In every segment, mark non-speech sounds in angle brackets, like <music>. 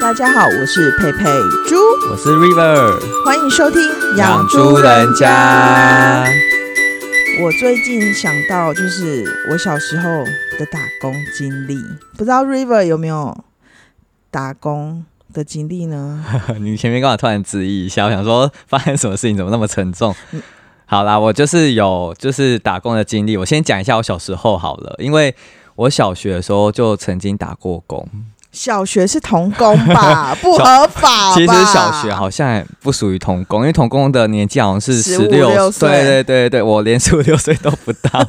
大家好，我是佩佩猪，我是 River，欢迎收听《养猪人家。我最近想到就是我小时候的打工经历，不知道 River 有没有打工的经历 <laughs> 呢？ <laughs> 你前面刚好突然质疑一下，我想说 <laughs> 发生什么事情，怎么那么沉重？好啦，我就是有就是打工的经历，我先讲一下我小时候好了，因为我小学的时候就曾经打过工。小学是童工 <laughs> 吧，不合法吧。其实小学啊好像也不属于童工，因为童工的年纪好像15是十六， 16岁对对对对，我连十六岁都不到，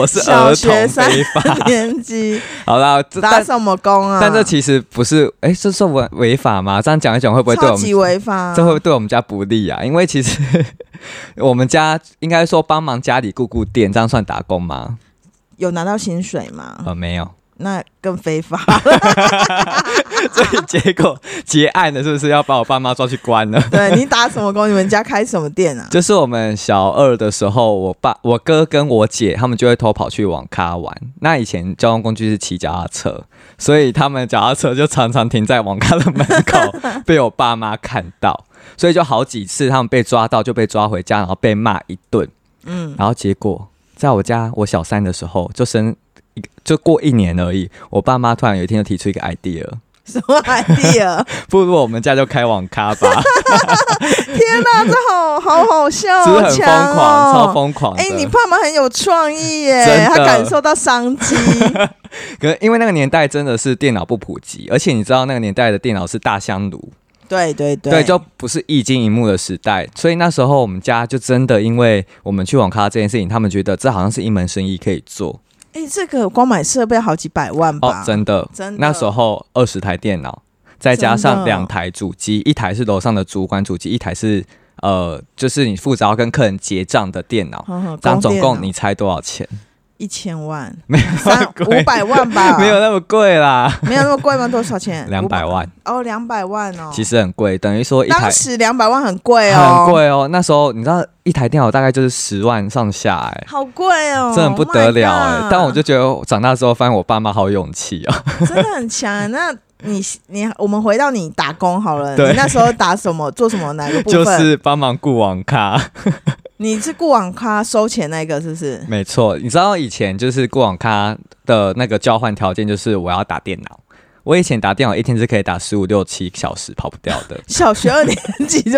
我是小儿童学三非法。年 <laughs> 级好啦，这打但什么工啊？但这其实不是，哎、这算违违法吗？这样讲一讲会不会超对我们级违法，这会不会对我们家不利啊？因为其实 <laughs> 我们家应该说帮忙家里顾顾店，这样算打工吗？有拿到薪水吗？呃，没有， <laughs> 那更非法。 <laughs> 所以结果结案的是不是要把我爸妈抓去关了？对你打什么工？你们家开什么店啊？就是我们小二的时候，我爸、我哥跟我姐他们就会偷跑去网咖玩。那以前交通工具是骑脚踏车，所以他们脚踏车就常常停在网咖的门 <laughs> 口，被我爸妈看到，所以就好几次他们被抓到就被抓回家，然后被骂一顿。嗯，然后结果在我家我小三的时候，就生一个就过一年而已，我爸妈突然有一天就提出一个 idea，什么 idea？不如我们家就开网咖 <laughs> 吧，天哪， <laughs> 这好好好笑、哦，是不是很好强疯狂，哦超。疯狂的。哎、你爸妈很有创意耶，真的他感受到商机。 <laughs> 可是因为那个年代真的是电脑不普及，而且你知道那个年代的电脑是大香炉，对对对，对，就不是一晶一幕的时代，所以那时候我们家就真的因为我们去网咖这件事情，他们觉得这好像是一门生意可以做哎、这个光买设备好几百万吧？哦，真的，真的那时候二十台电脑，再加真上的两台主机，一台是楼上的主管主机，一台是呃，就是你负责要跟客人结账的电脑，呵呵，这样光总电共脑你猜多少钱？一千万，没有三贵五百万吧？ <laughs> 没有那么贵 <laughs> 啦，没有那么贵吗？多少钱？两百500万，哦，两百万哦。其实很贵，等于说一台当时两百万很贵哦，很，贵哦。那时候你知道一台电脑大概就是十万上下、哎，好贵哦，真的不得了哎、 Oh my god 但我就 <laughs> 觉得我长大之后发现我爸妈好有勇气哦。 <laughs> 真的很强。欸那你你我们回到你打工好了，对你那时候打什么？做什么？哪个 <laughs> 部分？ <laughs> 就是帮忙雇网咖， <laughs> 你是雇网咖收钱那个是不是？没错。你知道以前就是雇网咖的那个交换条件就是我要打电脑。我以前打电脑一天是可以打十五六七小时，跑不掉的。小学二年级就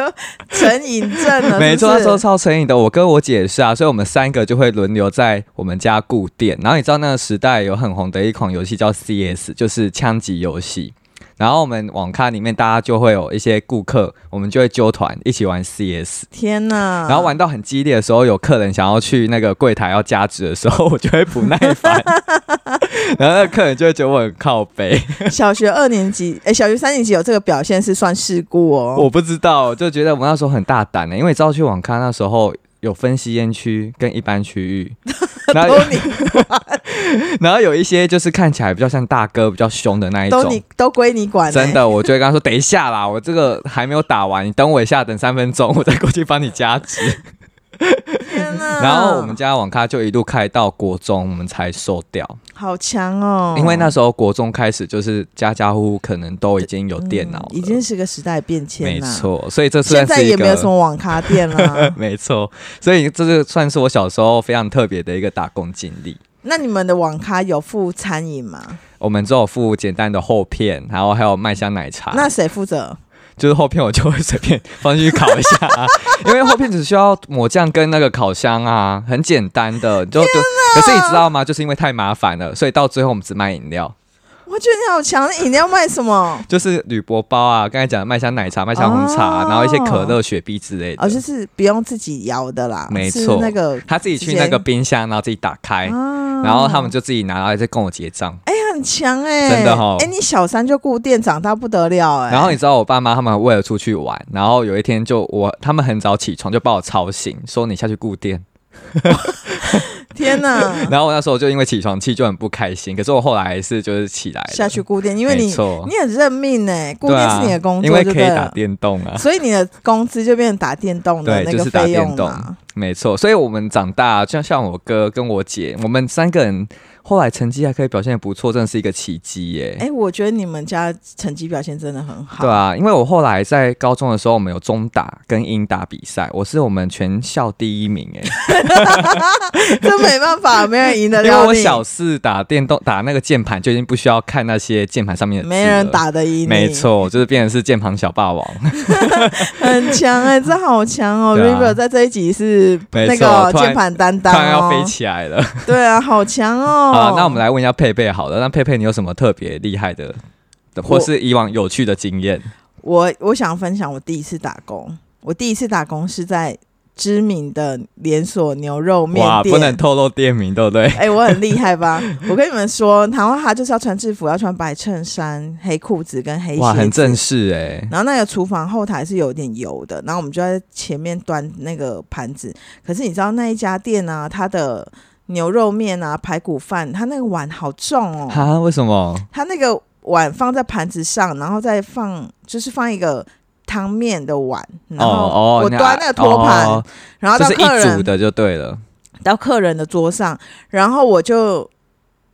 成瘾 <laughs> 症 <laughs> 了，没错，那是时不候是超成瘾的。我跟我姐也是啊，所以我们三个就会轮流在我们家顾店。然后你知道那个时代有很红的一款游戏叫 CS，就是枪击游戏。然后我们网咖里面大家就会有一些顾客，我们就会揪团一起玩 CS。天哪！然后玩到很激烈的时候，有客人想要去那个柜台要加值的时候， <laughs> 我就会不耐烦， <laughs> 然后那个客人就会觉得我很靠北。小学二年级，哎、小学三年级有这个表现是算事故哦。我不知道，就觉得我那时候很大胆的、欸因为你知道去网咖那时候有分吸烟区跟一般 <laughs> 区域，然后都你 <laughs> 然后有一些就是看起来比较像大哥、比较凶的那一都种你。都归你管、欸，真的，我就会跟他说：“等一下啦，我这个还没有打完，你等我一下，等三分钟，我再过去帮你加值。 <laughs> 天哪！然后我们家网咖就一路开到国中，我们才收掉。好强哦，因为那时候国中开始，就是家家户户可能都已经有电脑了、嗯已经是个时代变没迁啦。错，所以这现算在是一也个。没有什么网咖店啦 <laughs> 没错，所以这就算是我小时候非常特别的一个打工经历。那你们的网咖有付餐饮吗？我们只有附简单的厚片，然后还有麦香奶茶。那谁负责？就是厚片我就会随 <laughs> 便放进去烤一下、啊，因为厚片只需要抹酱跟那个烤箱啊，很简单的。就就可是你知道吗？就是因为太麻烦了，所以到最后我们只卖饮料，我觉得你好强，饮料卖什么？就是铝箔包啊，刚才讲的麦香奶茶、麦香红茶啊、哦然后一些可乐、雪碧之类的。哦，就是不用自己摇的啦，没是错那个他自己去那直接个冰箱，然后自己打开，啊然后他们就自己拿来再跟我结账。哎、很强哎、真的哦哎、你小三就顾店，长大不得了哎、然后你知道我爸妈他们为了出去玩，然后有一天就我他们很早起床就把我吵醒，说你下去顾店。天 <laughs> 哪，然后我 <laughs> 那时候就因为起床气就很不开心，可是我后来还是就是起来了下去顾店，因为没你错你很认命哎、顾对店啊是你的工作，因为就可以对打了电动啊，所以你的工资就变成打电动的对那就个是打费电用动嘛。没错。所以我们长大，就像我哥跟我姐，我们三个人后来成绩还可以表现的不错，真的是一个奇迹耶。哎、我觉得你们家成绩表现真的很好。对啊，因为我后来在高中的时候，我们有中打跟英打比赛，我是我们全校第一名哎、 <laughs> 这没办法，没人 <laughs> 赢得因了为你。我小四打电动打那个键盘就已经不需要看那些键盘上面的字了没人，打得赢你，没，错，就是变成是键盘小霸王，很强 <laughs> 哎、这好强哦、对 r i 啊 v e r 在这一集是没那错个突然键盘担当 <laughs> 当然哦、要飞起来了。对啊，好强哦、好，啊那我们来问一下佩佩好了，那佩佩你有什么特别厉害的，或是以往有趣的经验？我我想分享我第一次打工，我第一次打工是在知名的连锁牛肉面哇，店。不能透露店名，对不对？哎、我很厉害吧？我跟你们说，然后他就是要穿制服，要穿白衬衫、黑裤子跟黑鞋子，哇，很正式哎、然后那个厨房后台是有点油的，然后我们就在前面端那个盘子。可是你知道那一家店啊，它的牛肉面啊、排骨饭，它那个碗好重哦，哈，为什么？它那个碗放在盘子上，然后再放就是放一个汤面的碗，然后我哦那端那个托盘，哦然后就到是客一人组的就对了。到客人的桌上，然后我就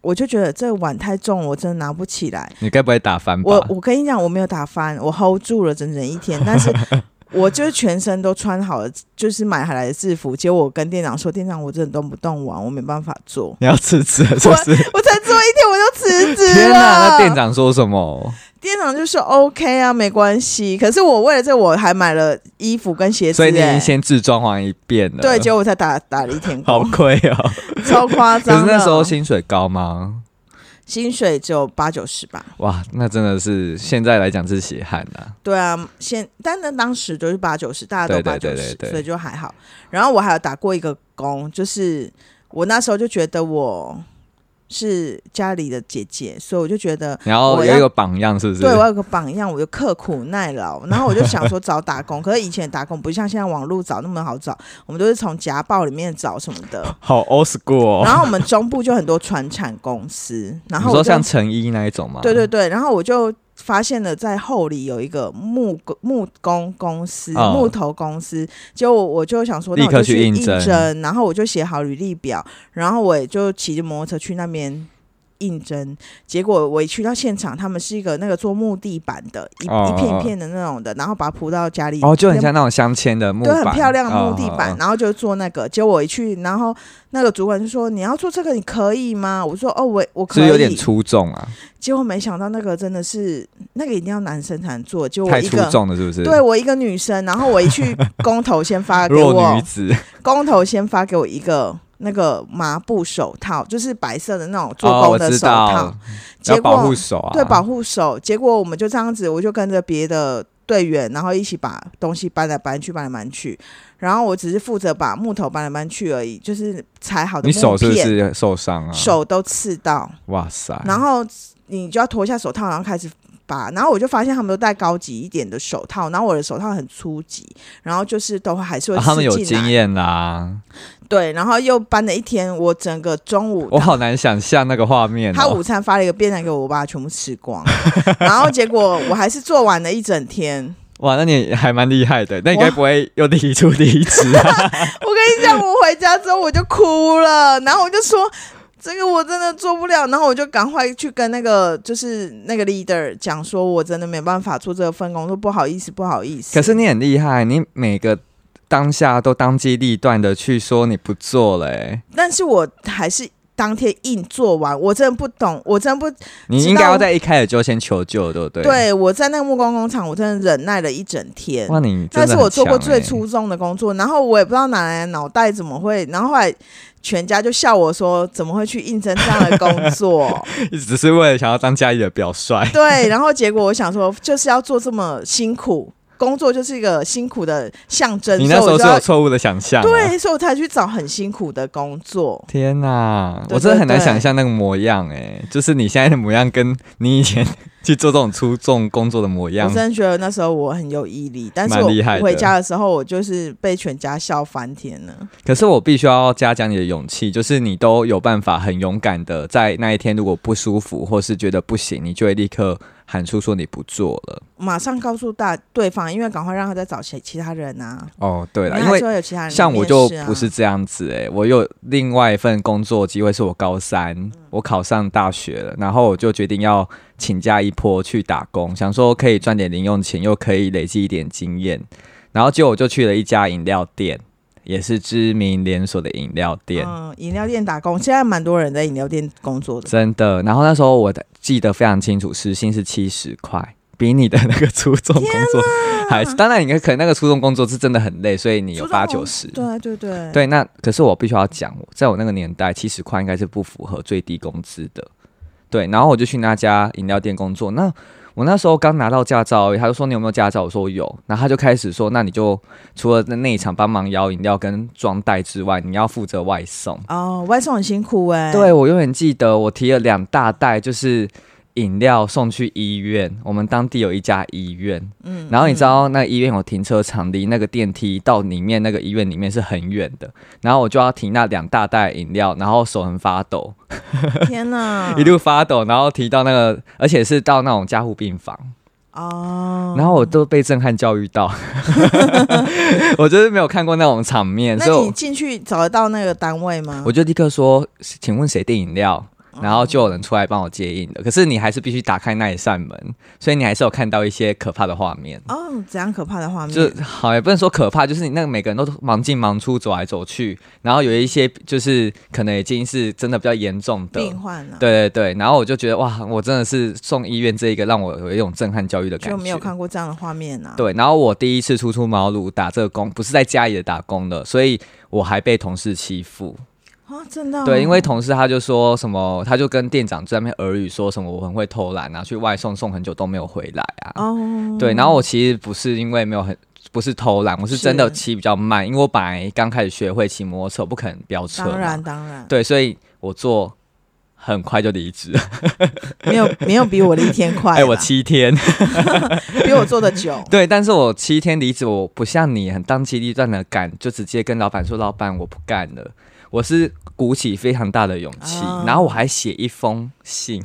我就觉得这碗太重，我真的拿不起来。你该不会打翻吧？我我跟你讲，我没有打翻，我 hold 住了整整一天，但是 <laughs> 我就是全身都穿好了，就是买回来的制服。结果我跟店长说，店长我真的动不动玩，我没办法 <laughs> 做。 <laughs> 你要辞职了是不是？我才啊做一天我就辞职了。天哪！那店长说什么？店长就说 OK 啊，没关系。可是我为了这，我还买了衣服跟鞋子、所以你已欸经先自装潢一遍了。对，结果我才打打了一天好工，亏 <laughs> 哦。超夸可是张的。那时候薪水高吗？薪水只有八九十吧？哇，那真的是现在来讲是血汗呐、对啊，现但那当时就是八九十，大家都对八对九对十对，对所以就还好。然后我还有打过一个工，就是我那时候就觉得我是家里的姐姐，所以我就觉得然后我有要一个榜样是不是？对我有个榜样，我就刻苦耐劳。然后我就想说找打工，可是以前打工不像现在网络找那么好找，我们都是从家报里面找什么的。好 old school 哦。然后我们中部就很多船产公司，然后你我说就像成衣那一种吗？对对对，然后我就发现了在后里有一个木工木工公司、嗯木头公司，结果我就想说，立那我就刻去去应征征，然后我就写好履历表，然后我也就骑着摩托车去那边。应征，结果我一去到现场，他们是一个那个做木地板的，一、哦一片哦一片的那种的，然后把它铺到家里，哦，就很像那种镶嵌的木对，板，很漂亮的木地哦板，。哦然后就做那个。结果我一去，然后那个主管就说：“你要做这个，你可以吗？”我说：“哦，我我可是不以。”是有点出众啊，结果没想到那个真的是那个一定要男生才能做，就我太一出个众了，是不是？对我一个女生，然后我一去工头先发给 <laughs> 弱女我，子，工头先发给我一个那个麻布手套，就是白色的那种做哦，工我的知手套，道，结要保果护手啊，对保护手，结果我们就这样子，我就跟着别的。队员，然后一起把东西搬来搬去，搬来搬去。然后我只是负责把木头搬来搬去而已，就是裁好的你手木是不片，是受伤啊？，手都刺到。哇塞！然后你就要脱下手套，然后开始拔。然后我就发现他们都戴高级一点的手套，然后我的手套很初级，然后就是都还是会、啊他们有经。验啦，对，然后又搬了一天，我整个中 <laughs> 午我好难想象那个画面、哦。他午餐发了一个便当给我，我把它全部吃光，然后结果我还是做完了一整天。哇，那你还蛮厉害的，那你哇该不会又提出离职啊？我跟你讲，我回家之后我就哭了，然后我就说。这个我真的做不了，然后我就赶快去跟那个就是那个 leader 讲说，我真的没办法做这份工作，不好意思，不好意思。可是你很厉害，你每个当下都当机立断的去说你不做了、欸，但是我还是当天硬做完，我真的不懂，我真的不你应该要在一开始就先求救，对不对？对。。我在那个木工工厂，我真的忍耐了一整天，哇，你真那的是我很做过强最欸 <laughs> 出众的工作。然后我也不知道哪来的脑袋怎么会，然后后来全家就笑我说怎么会去应征这样的工 <laughs> 作？。只是为了想要当家里的表率 <laughs> 对，然后结果我想说就是要做这么辛苦，工作就是一个辛苦的象征，你那时所以候我是就要有错误的想象、啊，对，所以我才去找很辛苦的工作。天呐，对我真的很难对对想象那个模样哎、就是你现在的模样，跟你以前去做这种出众工作的模样我，真的觉得那时候我很有毅力，但是蛮我厉害的回家的时候，我就是被全家笑翻天了。可是我必须要嘉奖你的勇气，就是你都有办法很勇敢的在那一天，如果不舒服或是觉得不行，你就会立刻喊出说你不做了。马上告诉大对方，因为赶快让他再找其其他人啊。哦，对了，你因还为是会有其他人、像我就啊不是，这样子哎、我有另外一份工作机会，是我高嗯三，我考上大学了，然后我就决定要请假一波去打工，想说可以赚点零用钱，又可以累积一点经验，然后结果我就去了一家饮料店，也是知名连锁的饮料店，嗯，饮料店打工，现在蛮多人在饮料店工作的。真的。然后那时候我记得非常清楚，时薪是七十块，比你的那个初中工作还……当然，你可能那个初中工作是真的很累，所以你有初中八工九十。对啊对对，对，那可是我必须要讲，在我那个年代，七十块应该是不符合最低工资的。对，然后我就去那家饮料店工作。那我那时候刚拿到驾照而已，他就说你有没有驾照？我说有。然后他就开始说，那你就除了那一场帮忙摇饮料跟装袋之外，你要负责外送。哦，外送很辛苦哎、对，我永远记得我提了两大袋，就是饮料送去医院。我们当地有一家医院，嗯然后你知道那个医院有停车场，离那个电梯到里面那个医院里面是很远的。然后我就要提那两大袋饮料，然后手很发抖，，天哪 <laughs> 一路发抖，然后提到那个，而且是到那种加护病房，哦，然后我都被震撼教育到， <laughs> 我就是没有看过那种场面，那所以你我进去找得到那个单位吗？我就立刻说，请问谁订饮料？然后就有人出来帮我接应的，可是你还是必须打开那一扇门，所以你还是有看到一些可怕的画面。哦，怎样可怕的画面？就好也不能说可怕，就是你那个每个人都忙进忙出，走来走去，然后有一些就是可能已经是真的比较严重的，病患啊，，对对对，然后我就觉得哇，我真的是送医院这一个让我有一种震撼教育的感觉，就没有看过这样的画面啊。，对，然后我第一次初出茅庐打这个工，不是在家里的打工的，所以我还被同事欺负。啊，真的哦、对，因为同事他就说什么，他就跟店长在那边耳语说什么我很会偷懒啊，去外送送很久都没有回来啊。哦，对，然后我其实不是因为没有很不是偷懒，我是真的是骑比较慢，因为我本来刚开始学会骑摩托车，我不可能飙车嘛，当然当然，对，所以我做很快就离职了，没有没有比我的一天快啦， <laughs> 哎、我七天，，比我做的久 <laughs> 对，但是我七天离职，我不像你很当机立断的赶，就直接跟老板说，老板我不干了，我是鼓起非常大的勇气，哦然后我还写一封信，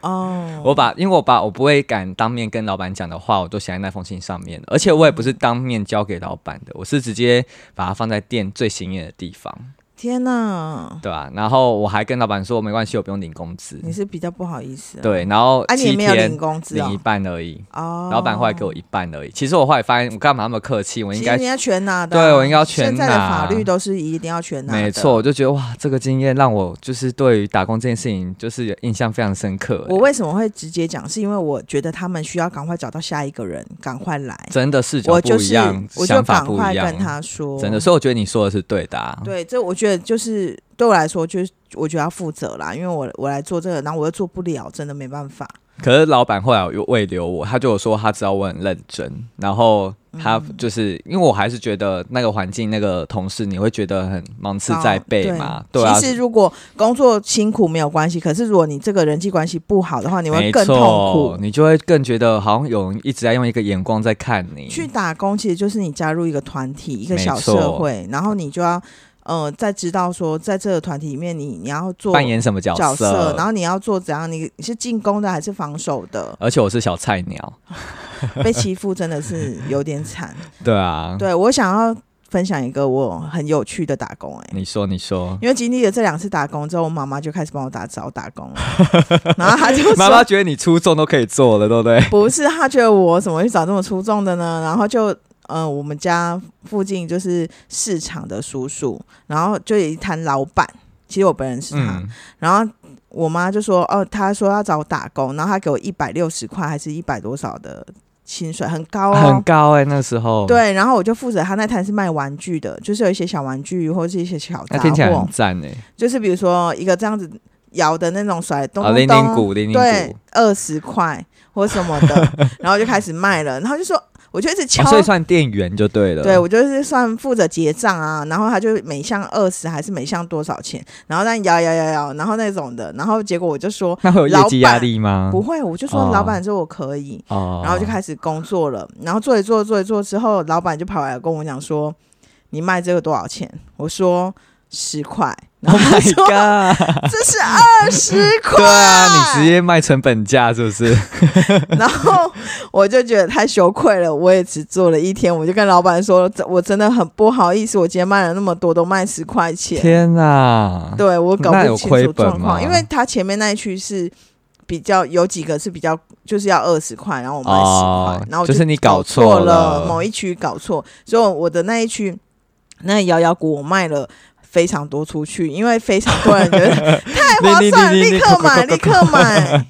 哦，我把，因为我把我不会敢当面跟老板讲的话，我都写在那封信上面了，而且我也不是当面交给老板的，我是直接把它放在店最显眼的地方，天哪，对吧、然后我还跟老板说，没关系，我不用领工资，你是比较不好意思、啊，，对，然后啊，你也七没有领天工资领一哦，半而已，哦，老板后来给我一半而已。其实我后来发现，我干嘛那么客气，我应其实该你要全拿的啊，对我应该要全现在的法拿律都是一定要全拿的，没错，我就觉得哇，这个经验让我就是对于打工这件事情就是有印象非常深刻、欸我为什么会直接讲？是因为我觉得他们需要赶快找到下一个人，赶快来。真的视角我就不一是样，，我就想法赶不快一样跟，他说，真的。所以我觉得你说的是对的、啊。对，这我觉得就是对我来说，就是我觉得要负责啦，因为我我来做这个，然后我又做不了，真的没办法。可是老板后来有未留我，他就有说他知道我很认真，然后他嗯就是、因为我还是觉得那个环境、那个同事，你会觉得很芒刺在背嘛，对啊。哦其实如果工作辛苦没有关系，可是如果你这个人际关系不好的话，你会没更痛错苦，。你就会更觉得好像有人一直在用一个眼光在看你。去打工其实就是你加入一个团体、一个没小错社会，然后你就要呃，再知道说，在这个团体里面你，你要做扮演什么角？角色，然后你要做怎样？你是进攻的还是防守的而且我是小菜鸟，被欺负真的是有点 <laughs> 惨。对啊。对我想要分享一个我很有趣的打工、欸，你说，你说，因为经历了这两次打工之后，我妈妈就开始帮我打找打工了，然后她就说妈妈觉得你出众都可以做了，对不 <laughs> 对？不是，她觉得我怎么会找这么出众的呢？然后就。嗯，我们家附近就是市场的叔叔，然后就有一摊老板，其实我本人是他，嗯，然后我妈就说：“哦，她说要找我打工，然后她给我一百六十块，还是一百多少的薪水，很高很哦。高哎、那时候，，对，然后我就负责她那摊是卖玩具的，就是有一些小玩具或是一些小那杂听起来货很，赞哎、就是比如说一个这样子摇的那种甩咚啊，咚零咚，零股，零零对股，，二十块或什么的，然后就开始卖了，然后就说，我就一直敲哦，所以算店员就对了。对，我就是算负责结账啊，然后他就每项二十还是每项多少钱，然后但摇摇摇摇，然后那种的，然后结果我就说 <laughs> 那会有业绩压力吗？不会，我就说哦老板说我可以，哦，然后就开始工作了，然后做一做做一做之后，老板就跑来跟我讲说，你卖这个多少钱？我说。十块， Oh <laughs> my <laughs> god！这是二十块。对啊，你直接卖成本价是不是？然后我就觉得太羞愧了，我也只做了一天，我就跟老板说，这我真的很不好意思，我今天卖了那么多，都卖十块钱。天哪！对我搞那有不清亏楚本状吗况，因为他前面那一区是比较有几个是比较就是要二十块，然后我卖十块，哦然后我就是你搞搞错了了某一区搞错，所以我的那一区那摇摇鼓我卖了。非常多出去，因为非常多人觉得 <laughs> 太划你你算，你你立刻买，立刻买。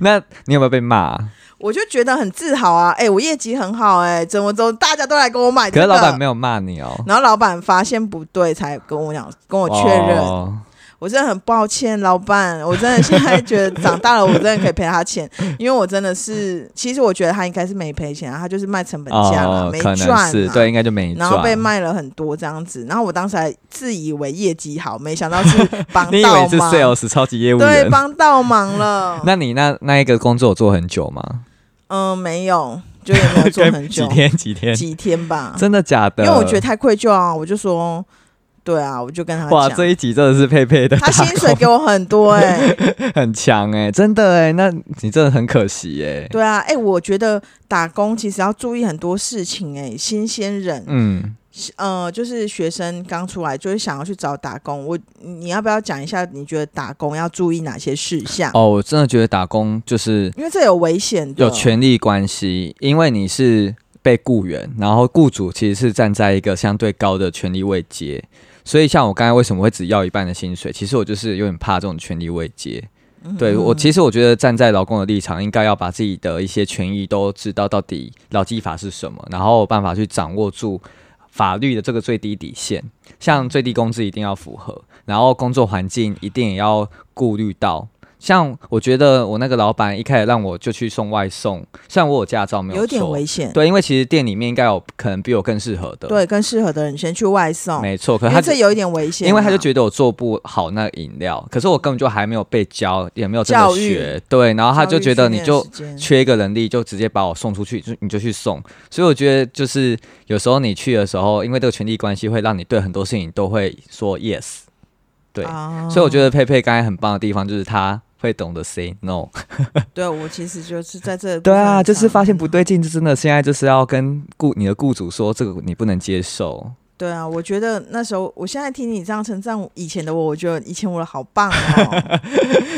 那你有没有被骂？我就觉得很自豪啊！哎、我业绩很好哎、怎么都大家都来跟我买、这可个。是老板没有骂你哦。然后老板发现不对，才跟我讲，跟我确认。哦我真的很抱歉，老板，我真的现在觉得长大了，我真的可以赔他 <laughs> 钱，因为我真的是，其实我觉得他应该是没赔钱啊，他就是卖成本价了，哦没可赚能是嘛。对，应该就没然后被赚。卖了很多这样子，然后我当时还自以为业绩好，没想到是帮 <laughs> 你以倒为是忙， sales 超级业务对，员？帮倒忙了。 <laughs> 那你那那一个工作有做很久吗？嗯，没有，就也 <laughs> 没有做很久，几天？几天？几天吧，真的假的？因为我觉得太愧疚啊，我就说，对啊，我就跟他哇，讲这，一集真的是佩佩的他打薪水工给我很多哎、很强哎、真的哎、那你真的很可惜哎、对啊，哎、我觉得打工其实要注意很多事情哎、新鲜人，嗯，呃，就是学生刚出来就是想要去找打工，我你要不要讲一下你觉得打工要注意哪些事项？哦，我真的觉得打工就是因为这有危险的，有权利关系，因为你是被雇员，然后雇主其实是站在一个相对高的权利位阶，所以像我刚才为什么会只要一半的薪水，其实我就是有点怕这种权利位阶。对我，其实我觉得站在劳工的立场，应该要把自己的一些权益都知道到底劳基法是什么，然后有办法去掌握住法律的这个最低底线。像最低工资一定要符合，然后工作环境一定也要顾虑到。像我觉得我那个老板一开始让我就去送外送，虽然我有驾照没有有点错，危险，对，因为其实店里面应该有可能比我更适合的，，对，跟适合的人先去外送，没错。可因是他为就这有一点危险啊、因为他就觉得我做不好那饮料，可是我根本就还没有被教，也没有真的教育学，对，然后啊他就觉得你教就育训练时间缺一个能力，就直接把我送出去，就你就去送。所以我觉得就是有时候你去的时候，因为这个权力关系，会让你对很多事情都会说 yes。对，啊所以我觉得佩佩刚才很棒的地方就是她会懂得 say no。对我其实就是在这对啊，就是发现不对。对劲，就真的现在就是要跟雇你的雇主说这个你不能接受。对啊，我觉得那时候，我现在听你这样称赞我以前的我，我觉得以前我的好棒 <laughs> 哦。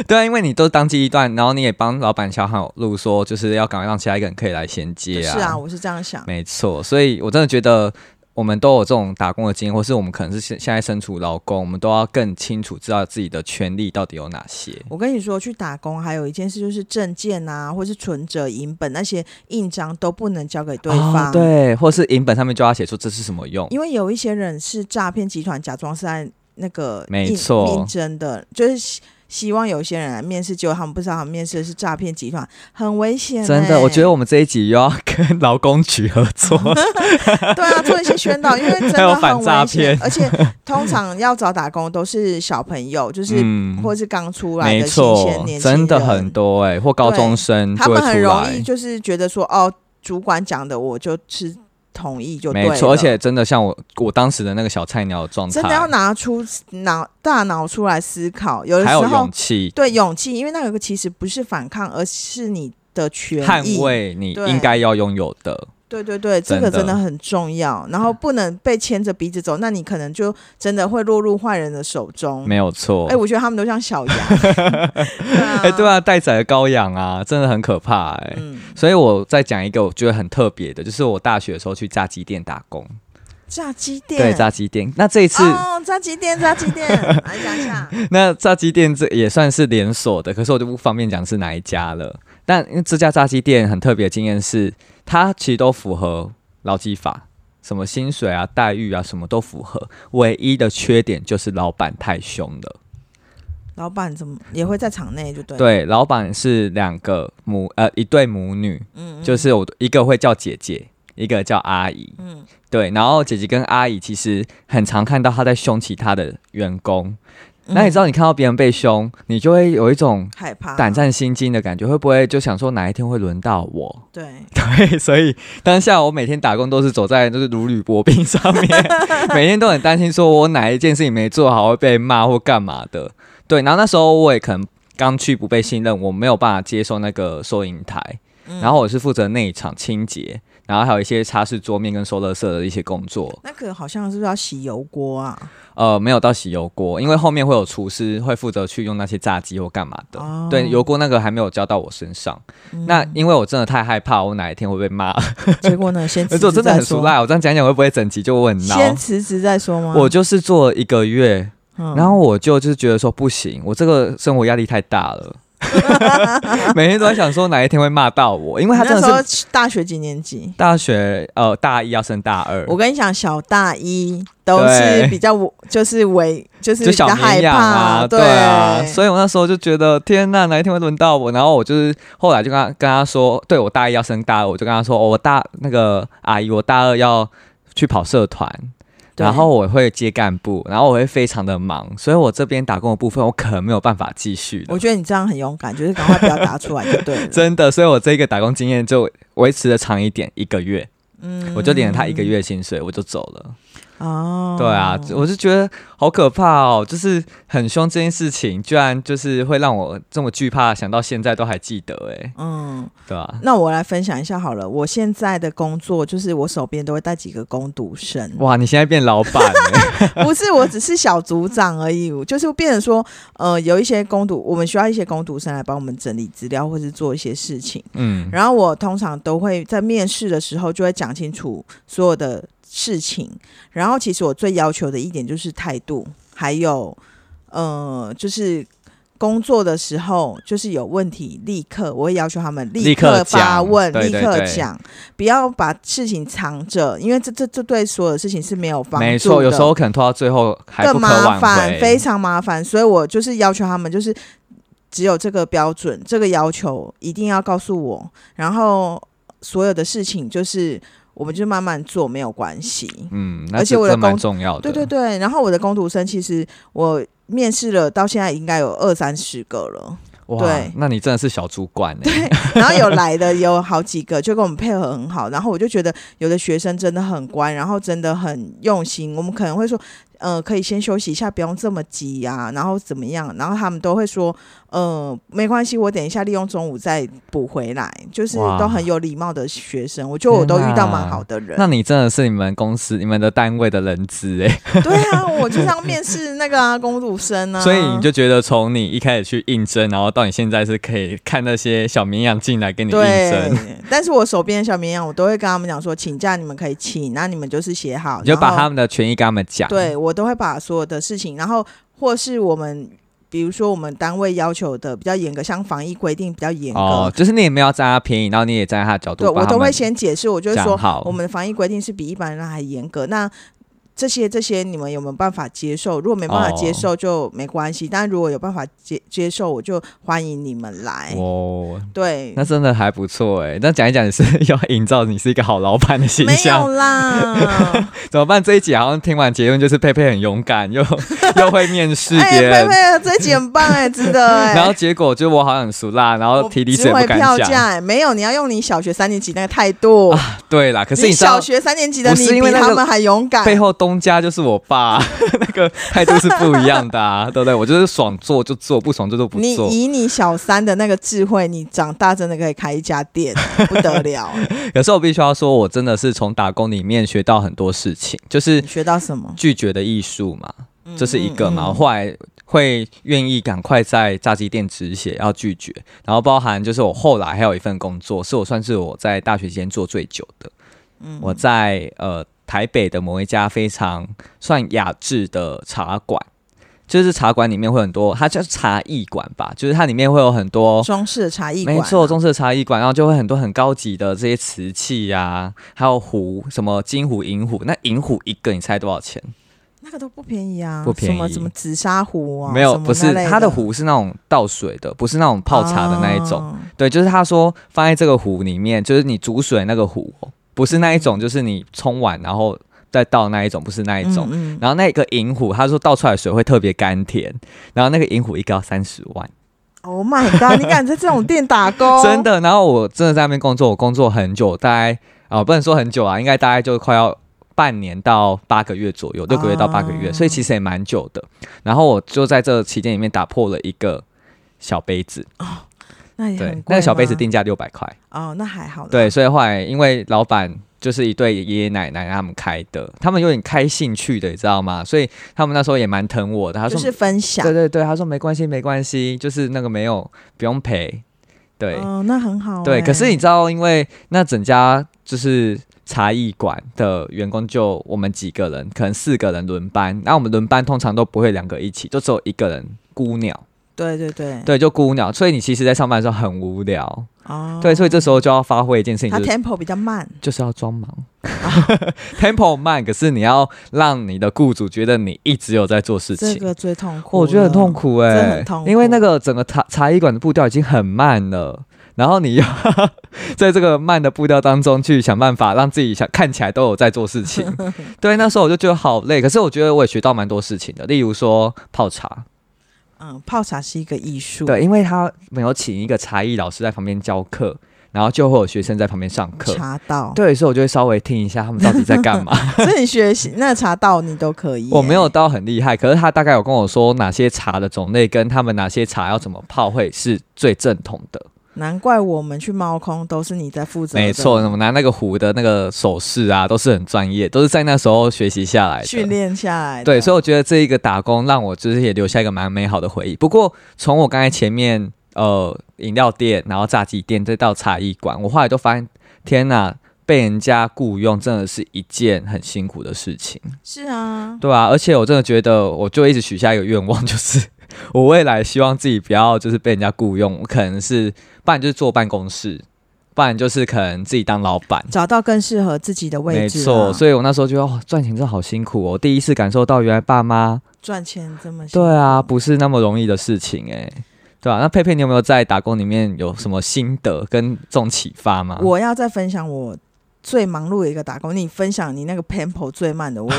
对啊，因为你都当机一段，然后你也帮老板想好路，说就是要赶快让其他一个人可以来衔接啊。是啊，我是这样想。没错，所以我真的觉得我们都有这种打工的经验，或是我们可能是现现在身处劳工，我们都要更清楚知道自己的权利到底有哪些。我跟你说，去打工还有一件事就是证件啊，或是存折、银本那些印章都不能交给对方。哦、。对，或是银本上面就要写出这是什么用。因为有一些人是诈骗集团，假装是在那个没应错应征的，就是希希望有些人来面试，结果他们不知道他们面试的是诈骗集团，很危险、欸真的，我觉得我们这一集又要跟 <laughs> 劳工局合作，对啊，做一些宣 <laughs> 导，因为真还有的反很诈危险骗，而且通常要找打工都是小朋友， <laughs> 就是嗯或是刚出来没的新鲜错年，轻人，真的很多哎、或高中生他就会们很出容来易。就是觉得说，哦，主管讲的我就吃同意就对没了，错，而且真的像我我当时的那个小菜鸟的状态，真的要拿出脑大脑出来思考，有的还有时候勇气对勇气，因为那个其实不是反抗，而是你的权益捍。卫你对应该要拥有的。对对对，这真个的真的很重要，然后不能被牵着鼻子走，那你可能就真的会落入坏人的手中。没有错哎、。我觉得他们都像小羊。对啊， <laughs> 哎、对啊，待宰的羔羊啊，真的很可怕哎、嗯，所以我再讲一个我觉得很特别的，就是我大学的时候去炸鸡店打工，炸鸡店，对炸鸡店。那这一次，哦，炸鸡店，炸鸡店，来讲一下。 <laughs> 那炸鸡店这也算是连锁的，可是我就不方便讲是哪一家了。但因为这家炸鸡店很特别的经验是，它其实都符合劳基法，什么薪水啊、待遇啊，什么都符合。唯一的缺点就是老板太凶了。老板怎么也会在场内，就对。，对，老板是两个母呃一对母女，嗯，就是是我一个会叫姐姐，一个叫阿姨。嗯对，然后姐姐跟阿姨其实很常看到她在凶其他的员工，嗯那你知道你看到别人被凶，你就会有一种害怕胆战心惊的感觉，会不会就想说哪一天会轮到我？ <laughs> 对，对，所以当下我每天打工都是走在就是如履薄冰 <laughs> 上面，每天都很担心，说我哪一件事情没做好会被骂或干嘛的。对，然后那时候我也可能刚去不被信任，我没有办法接受那个收银台，嗯然后我是负责内场清洁，然后还有一些擦拭桌面跟收垃圾的一些工作。那个好像是不是要洗油锅啊？呃，没有到洗油锅，因为后面会有厨师会负责去用那些炸鸡或干嘛的。哦对，油锅那个还没有交到我身上。嗯那因为我真的太害怕，我哪一天会被 <laughs> 骂结果呢？ <laughs> 先辞而且职我真的再很俗说。辣，我这样讲讲会不会整集就我很闹？先辞职再说吗？我就是做了一个月，嗯然后我就就是觉得说不行，我这个生活压力太大了， <laughs> 每天都在想说哪一天会骂到我，因为他你真那的是时候大学几年级？大学呃大一要升大二我，跟你讲，小大一都是对比较 <laughs> 我，就是为就是就比较小害绵怕，羊啊，对 <laughs> 啊，所以我那时候就觉得天呐，哪一天会轮到我？然后我就是后来就跟他跟他说，对我大一要升大二，我就跟他说，哦、我大那个阿姨，我大二要去跑社团，对然后我会接干部，然后我会非常的忙，所以我这边打工的部分我可能没有办法继续了我觉得你这样很勇敢，就是赶快不要答出来就对了。 <laughs> 真的，所以我这个打工经验就维持的长一点，一个月，嗯我就领了他一个月薪水，我就走了。哦，对啊，我就觉得好可怕哦，就是很凶这件事情，居然就是会让我这么惧怕，想到现在都还记得，哎，嗯，对啊，那我来分享一下好了。我现在的工作就是我手边都会带几个工读生，哇，你现在变老板欸了， <laughs> 不是，我只是小组长而已，就是变成说，呃，有一些工读，我们需要一些工读生来帮我们整理资料，或是做一些事情。嗯，然后我通常都会在面试的时候就会讲清楚所有的事情。然后其实我最要求的一点就是态度，还有呃，就是工作的时候就是有问题立刻，我会要求他们立刻刻发讲问，对立对刻对讲，不要把事情藏着，因为这这这对所有的事情是没有帮助的。没错，有时候可能拖到最后还不更可麻挽烦，回，非常麻烦，所以我就是要求他们就是只有这个标准，这个要求一定要告诉我，然后所有的事情就是我们就慢慢做，没有关系。嗯，那而且这我的这蛮工重要的，对对对，然后我的工读生其实我面试了到现在应该有二三十个了，哇对，那你真的是小主 <laughs> 管哎，然后有来的有好几个，就跟我们配合很好。然后我就觉得有的学生真的很乖，然后真的很用心。我们可能会说，呃，可以先休息一下，不用这么急啊，然后怎么样？然后他们都会说，呃，没关系，我等一下利用中午再补回来，就是哇都很有礼貌的学生。我觉得我都遇到蛮好的人那。你真的是你们公司、你们的单位的人资哎，对啊，我就像面试那个啊，公主生啊，所以你就觉得从你一开始去应征，然后到你现在是可以看那些小绵羊进来跟你应对征，，但是我手边的小绵羊，我都会跟他们讲说，请假你们可以请，那你们就是写好，你就把然后他们的权益跟他们讲。对我都会把所有的事情，然后或是我们比如说我们单位要求的比较严格，像防疫规定比较严格，哦，就是你也没有占他便宜，然后你也站在他的角度对我帮他们，都会先解释，我就会说讲好我们的防疫规定是比一般人还严格。那这些这些你们有没有办法接受？如果没办法接哦受就没关系，但如果有办法接接受，我就欢迎你们哎来。哦，对，那真的还不错哎。那讲一讲，你是要营造你是一个好老板的形没有象， <laughs> 啦，怎么办？这一集好像听完结论就是佩佩很勇 <laughs> 敢，又又会面试哎别呀，佩人，佩这集很棒哎、值得 <laughs> 哎、然后结果就我好像很俗辣，然后提离职值也回不票敢价讲。哎、没有，你要用你小学三年级那个态 <laughs> 度。对啦，可是你你知道小啊学三年级的不你是因为比那个他们还勇敢，背后东家就是我爸，啊 <laughs> 那个态度是不一样的 <laughs> 啊，对不对？我就是爽做就做，不爽做就不你做。以你小三的那个智慧，你长大真的可以开一家店， <laughs> 不得了。可是我必须要说，我真的是从打工里面学到很多事情，就是你学到什么？拒绝的艺术嘛，这是一个嘛。嗯我后来会愿意赶快在炸鸡店止血，要拒绝，然后包含就是我后来还有一份工作，是我算是我在大学期间做最久的。嗯我在呃台北的某一家非常算雅致的茶馆。就是茶馆里面会很多，它叫茶艺馆吧，就是它里面会有很多中式的茶艺馆，哦啊没错，，中式的茶艺馆，然后就会很多很高级的这些瓷器啊，还有壶，什么金壶、银壶。那银壶一个，你猜多少钱？那个都不便宜啊，不便宜什么什么紫砂壶啊，没有，什么不那是类它的壶是那种倒水的，不是那种泡茶的那一种。哦对，就是他说放在这个壶里面，就是你煮水那个壶哦，不是那一种，就是你冲完然后。在倒那一种，不是那一种。嗯然后那个银虎，他说倒出来的水会特别甘甜，然后那个银虎一个要三十万，嗯，Oh my god！你敢在这种店打工？ <laughs> 真的。然后我真的在那边工作，我工作很久，大概啊、不能说很久啊，应该大概就快要半年到八个月左右，六个月到八个月，啊所以其实也蛮久的。然后我就在这期间里面打破了一个小杯子，那也很对，贵那个小杯子吗定价六百块。哦，那还好啦。对，所以后来因为老板就是一对爷爷奶奶他们开的，他们有点开兴趣的，你知道吗？所以他们那时候也蛮疼我的。他就说，是分享对。对对，他说没关系没关系，就是那个没有不用赔，对、哦，那很好欸。对。可是你知道，因为那整家就是。茶艺馆的员工就我们几个人，可能四个人轮班。那我们轮班通常都不会两个一起，就只有一个人孤鸟。对对对对，就孤鸟。所以你其实，在上班的时候很无聊。嗯哦，对，所以这时候就要发挥一件事情，他就是 tempo 比较慢，就是要装忙、t e m p o 慢，可是你要让你的雇主觉得你一直有在做事这情。个最痛苦了。我觉得很痛苦哎、真的很痛苦因为那个整个茶茶艺馆的步调已经很慢了，然后你要 <laughs> 在这个慢的步调当中去想办法让自己想看起来都有在做事情。 <laughs> 对，那时候我就觉得好累，可是我觉得我也学到蛮多事情的，例如说泡茶，嗯，泡茶是一个艺术，对，因为他没有请一个茶艺老师在旁边教课，然后就会有学生在旁边上课。茶道。 <laughs> 对，所以我就会稍微听一下他们到底在干嘛。 <laughs> 所以你学习那茶道你都可以欸。我没有到很厉害，可是他大概有跟我说哪些茶的种类跟他们哪些茶要怎么泡会是最正统的。难怪我们去猫空都是你在负责，没错，，我们拿那个壶的那个手势啊，都是很专业，都是在那时候学习下来的。训练下来的。对，所以我觉得这一个打工让我就是也留下一个蛮美好的回忆。不过从我刚才前面呃饮料店，然后炸鸡店，再到茶艺馆，我后来都发现，天哪！被人家雇佣真的是一件很辛苦的事情。是啊，对啊，而且我真的觉得，我就一直许下一个愿望，就是 <laughs> 我未来希望自己不要就是被人家雇佣，我可能是不然就是坐办公室，不然就是可能自己当老板。找到更适合自己的位没置啊。错，所以我那时候觉得哇，赚钱真的好辛苦哦！我第一次感受到，原来爸妈赚钱这么辛苦对啊，，不是那么容易的事情哎、对啊，那佩佩，你有没有在打工里面有什么心得跟这种启发吗？我要再分享我最忙碌的一个打工。你分享你那个 tempo 最慢 <laughs> 的，我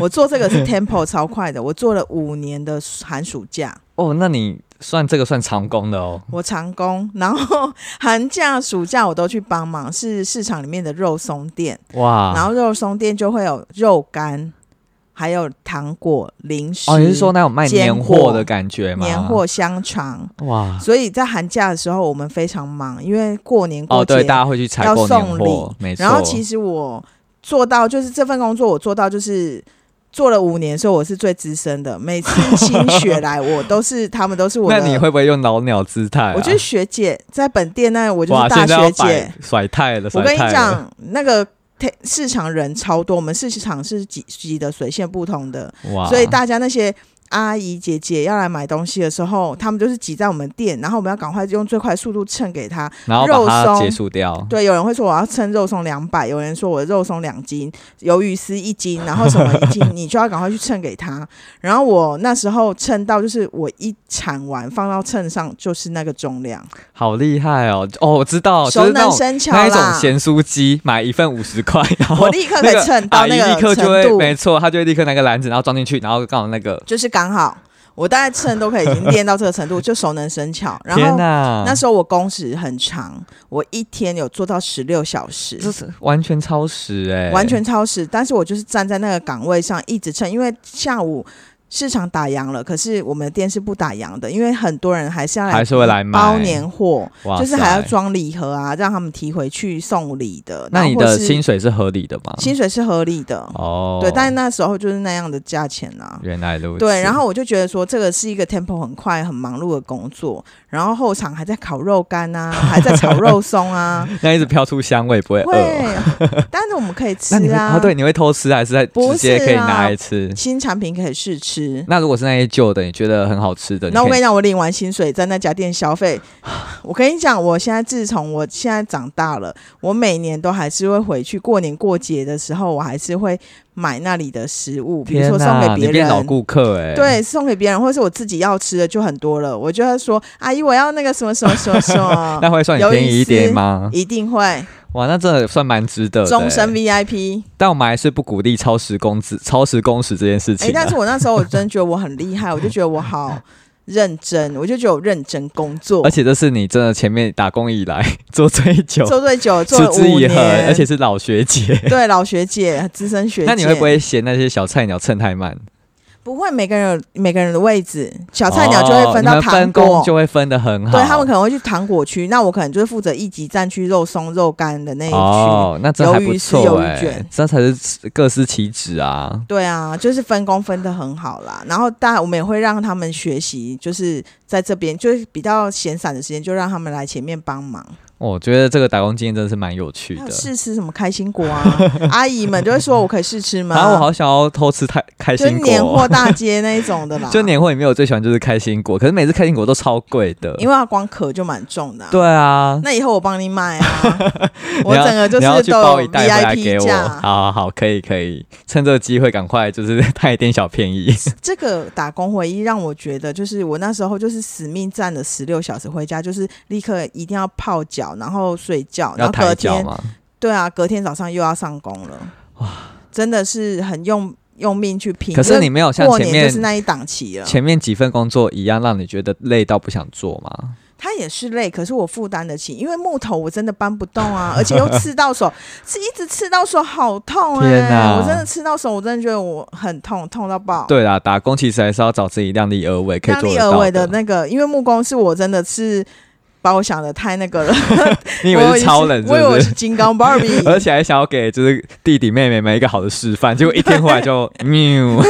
我做这个是 tempo 超快的，我做了五年的寒暑假，哦，那你算这个算长工的哦。我长工，然后 <laughs> 寒假、暑假我都去帮忙，是市场里面的肉松店，哇，然后肉松店就会有肉干，还有糖果、零食。哦，你是说那种卖坚年果货的感觉吗？啊年货香肠，哇，所以在寒假的时候我们非常忙，因为过年过哦，节、对，大家会去采要购送年货，没错。然后其实我做到就是这份工作，我做到就是做了五年，所以我是最资深的。每次新血来，我都是他们都是我 <laughs> 那的。你会不会用老鸟姿态啊、我就是学姐，在本店那我就是哇，大现在学要姐摆。甩太了，我跟你甩太了，讲，那个 te- 市场人超多，我们市场是挤挤的水泄不通的，哇，所以大家那些。阿姨、姐姐要来买东西的时候，他们就是挤在我们店，然后我们要赶快用最快速度称给他，然后肉把它松结束掉，对，有人会说我要称肉松两百，有人说我肉松两斤，鱿鱼丝一斤，然后什么一斤，你就要赶快去称给他。然后我那时候称到，就是我一铲完放到秤上就是那个重量，好厉害哦！哦，我知道，就熟是那能种生巧那一种啦。咸酥鸡，买一份五十块，然后我立刻可那以个称到阿那姨立个刻就程会，度，没错，她就会立刻拿个篮子，然后装进去，然后刚好那个，就是刚好，我大概称都可以已经练到这个程度，就熟能生巧。然天后哪，那时候我工时很长，我一天有做到十六小时，这是完全超时哎、完全超时，但是我就是站在那个岗位上一直撑，因为下午市场打烊了，可是我们的店是不打烊的，因为很多人还是要来还是会来买包年货，哇就是还要塞装礼盒啊，让他们提回去送礼的。那然后你或的是薪水是合理的吗？薪水是合理的，哦，对，但是那时候就是那样的价钱啊。原来如此，对，然后我就觉得说，这个是一个 tempo 很快、很忙碌的工作，然后后场还在烤肉干啊，还在炒肉松 <laughs> 啊，那一直飘出香味，不会饿哦、会，但是我们可以吃那你会啊，哦，对，你会偷吃还是在不直接是可以啊拿来吃？新产品可以试吃。那如果是那些旧的，你觉得很好吃的，那我你跟可你以讲，我领完薪水在那家店消费，我跟你讲，我现在自从我现在长大了，我每年都还是会回去，过年过节的时候，我还是会买那里的食物，比如天说送给哪，别你变老人。顾客哎、，对，送给别人，或是我自己要吃的就很多了。我就会说：“阿姨，我要那个什么什么什么什么 <laughs> 。那会算你鱿鱼便宜一丝点吗”？啊一定会，哇，那真的算蛮值得的、终身欸 VIP。但我们还是不鼓励超时工资、超时工时这件事哎、情、啊。但是我那时候我真觉得我很厉害，我就觉得我好认真，我就觉得我认真工作而，且这是你真的前面打工以来做最久、做最久，做持了之五以年恒，，而且是老学姐。对老学姐、资深学姐，那你会不会嫌那些小菜鸟蹭太慢？不会每个人有每个人的位置，小菜鸟就会分到哦你们糖分果工，就会分得很好。对他们可能会去糖果区，那我可能就是负责一级战区肉松肉干的那一区。哦，那这还不鱿错鱼丝鱿鱼哎、卷这才是各司其职啊。对啊，就是分工分的很好啦。然后，当然我们也会让他们学习，就是在这边就是比较闲散的时间，就让他们来前面帮忙。哦我觉得这个打工经验真的是蛮有趣还的有。试吃什么开心果啊， <laughs> 阿姨们就会说我可以试吃 <laughs> 吗？然啊后我好想要偷吃开开就是心年果货，大街那一种的啦 <laughs> ，就年货里面我最喜欢就是开心果，可是每次开心果都超贵的。因为它光壳就蛮重的、啊。对啊，那以后我帮你买啊， <laughs> 我你要整个就是你要去都包一有袋回来给 VIP 我。价。好好好，可以可以，趁这个机会赶快就是 <laughs> 贪一点小便宜。 <laughs> 这个打工回忆让我觉得，就是我那时候就是死命站了十六小时回家，就是立刻一定要泡脚，然后睡觉，然要后隔抬脚天吗？对啊，隔天早上又要上工了。哇，真的是很用用命去拼。可是你没有就像过前年面就是那一档期了，前面几份工作一样，让你觉得累到不想做吗？它也是累，可是我负担得起，因为木头我真的搬不动 <laughs> 啊，而且又刺到手，是一直刺到手，好痛哎、天哪我真的刺到手，我真的觉得我很痛，痛到爆。对啦，打工其实还是要找自己量力而为，可以量做力得而到为的那个，因为木工是我真的是把我想的太那个了， <laughs> 你以我为是超人是我以为不我是，是？金刚芭比而且还想要给就是弟弟妹妹们一个好的示范，结果一天回来就 <laughs> 喵，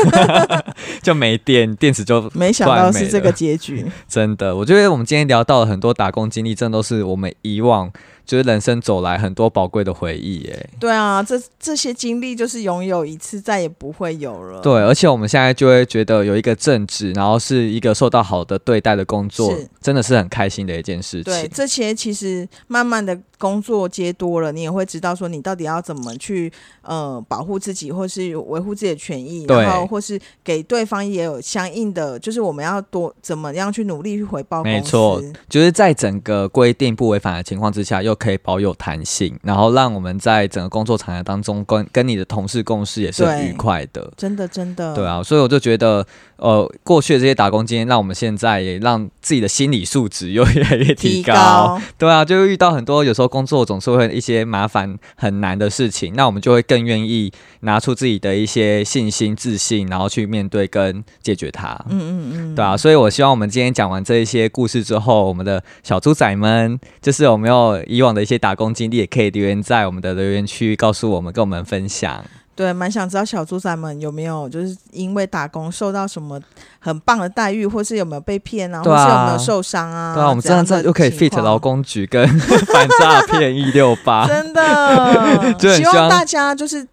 就没电，电池就没想到断美是这个结局。真的，我觉得我们今天聊到了很多打工经历，真的都是我们以往就是人生走来很多宝贵的回忆耶。对啊， <laughs> 这这些经历就是拥有一次，再也不会有了。对，而且我们现在就会觉得有一个正职，然后是一个受到好的对待的工作是，真的是很开心的一件事对，情。这些其实慢慢的工作接多了，你也会知道说你到底要怎么去呃保护自己，或是维护自己的权益，对然后或是给对方也有相应的，就是我们要多怎么样去努力去回报公司。没错就是在整个规定不违反的情况之下，又可以保有弹性，然后让我们在整个工作场合当中跟跟你的同事共事也是很对愉快的。真的真的，对，啊，所以我就觉得，呃，过去的这些打工经验，让我们现在也让自己的心理素质又越来越提提高。对啊，就遇到很多有时候工作总是会一些麻烦很难的事情，那我们就会更愿意拿出自己的一些信心、自信，然后去面对跟解决它。嗯嗯嗯，对啊，所以我希望我们今天讲完这一些故事之后，我们的小猪仔们，就是有没有以往的一些打工经历，也可以留言在我们的留言区告诉我们，跟我们分享。对，蛮想知道小猪仔们有没有就是因为打工受到什么很棒的待遇，或是有没有被骗啊，对啊或是有没有受伤啊？对啊，我们这样真的又可以情 fit 况劳工局跟 <laughs> 反诈骗一六 <laughs> 八。真的 <laughs> ，就很希希望望大家就是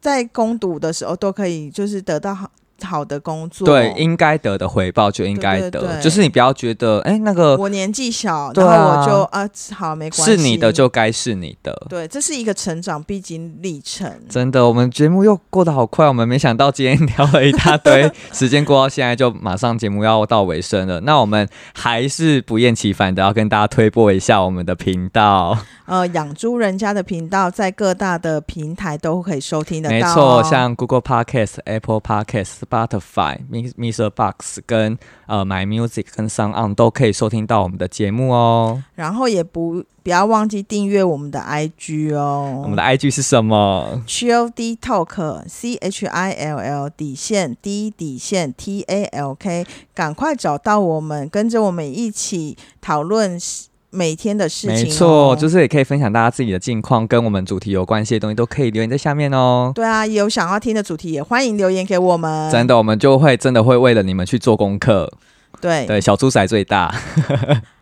在攻读的时候都可以就是得到好好的工作。对，应该得的回报就应该得，对对对就是你不要觉得，哎、那个我年纪小，对然后啊我就啊，好没关系，是你的就该是你的。对，这是一个成长必经历程。真的，我们节目又过得好快，我们没想到今天聊了一大堆，时间过到现在就马上节目要到尾声了。那我们还是不厌其烦的要跟大家推播一下我们的频道，呃，养猪人家的频道在各大的平台都可以收听得没到、哦错，。像 Google Podcast、Apple Podcast、Spotify、Mi- Mr. Box 跟呃 My Music 跟 Sound On 都可以收听到我们的节目哦。然后也不不要忘记订阅我们的 IG 哦，我们的 IG 是什么？ Child Talk C H I L L 底线 D 底线 T A L K，赶快找到我们，跟着我们一起讨论每天的事情、哦。没错，就是是也可以分享大家自己的近况，跟我们主题有关系的东西都可以留言在下面哦。对啊，有想要听的主题也欢迎留言给我们。真的，我们就会真的会为了你们去做功课。对，对，小猪仔最大。 <laughs>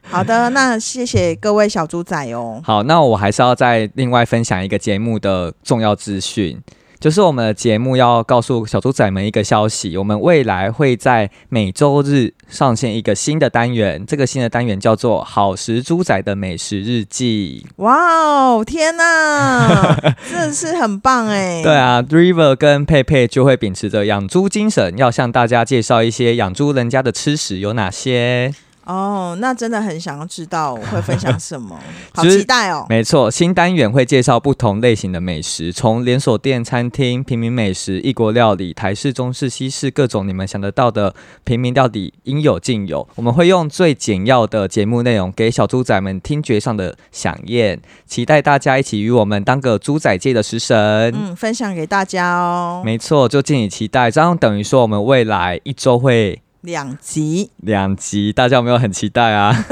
好的，那谢谢各位小猪仔哦。好，那我还是要再另外分享一个节目的重要资讯，就是我们的节目要告诉小猪仔们一个消息，我们未来会在每周日上线一个新的单元，这个新的单元叫做“好食猪仔的美食日记哇哦，天哪， <laughs> 真的是很棒”。哎！对啊，River 跟佩佩就会秉持着养猪精神，要向大家介绍一些养猪人家的吃食有哪些。哦，那真的很想要知道我会分享什 <laughs> 么，好就是期待哦！没错，新单元会介绍不同类型的美食，从连锁店、餐厅、平民美食、异国料理、台式、中式、西式，各种你们想得到的平民料理应有尽有。我们会用最简要的节目内容，给小猪仔们听觉上的响宴，期待大家一起与我们当个猪仔界的食神。嗯，分享给大家哦，没错，就敬请期待。这样等于说我们未来一周会两集两集，大家有没有很期待啊？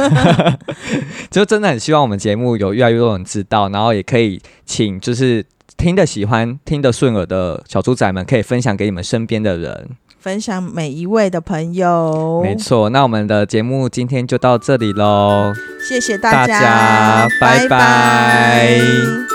<laughs> 就真的很希望我们节目有越来越多人知道，然后也可以请就是听的喜欢、听的顺耳的小猪仔们，可以分享给你们身边的人。分享每一位的朋友，没错，那我们的节目今天就到这里喽。谢谢大大家拜拜拜拜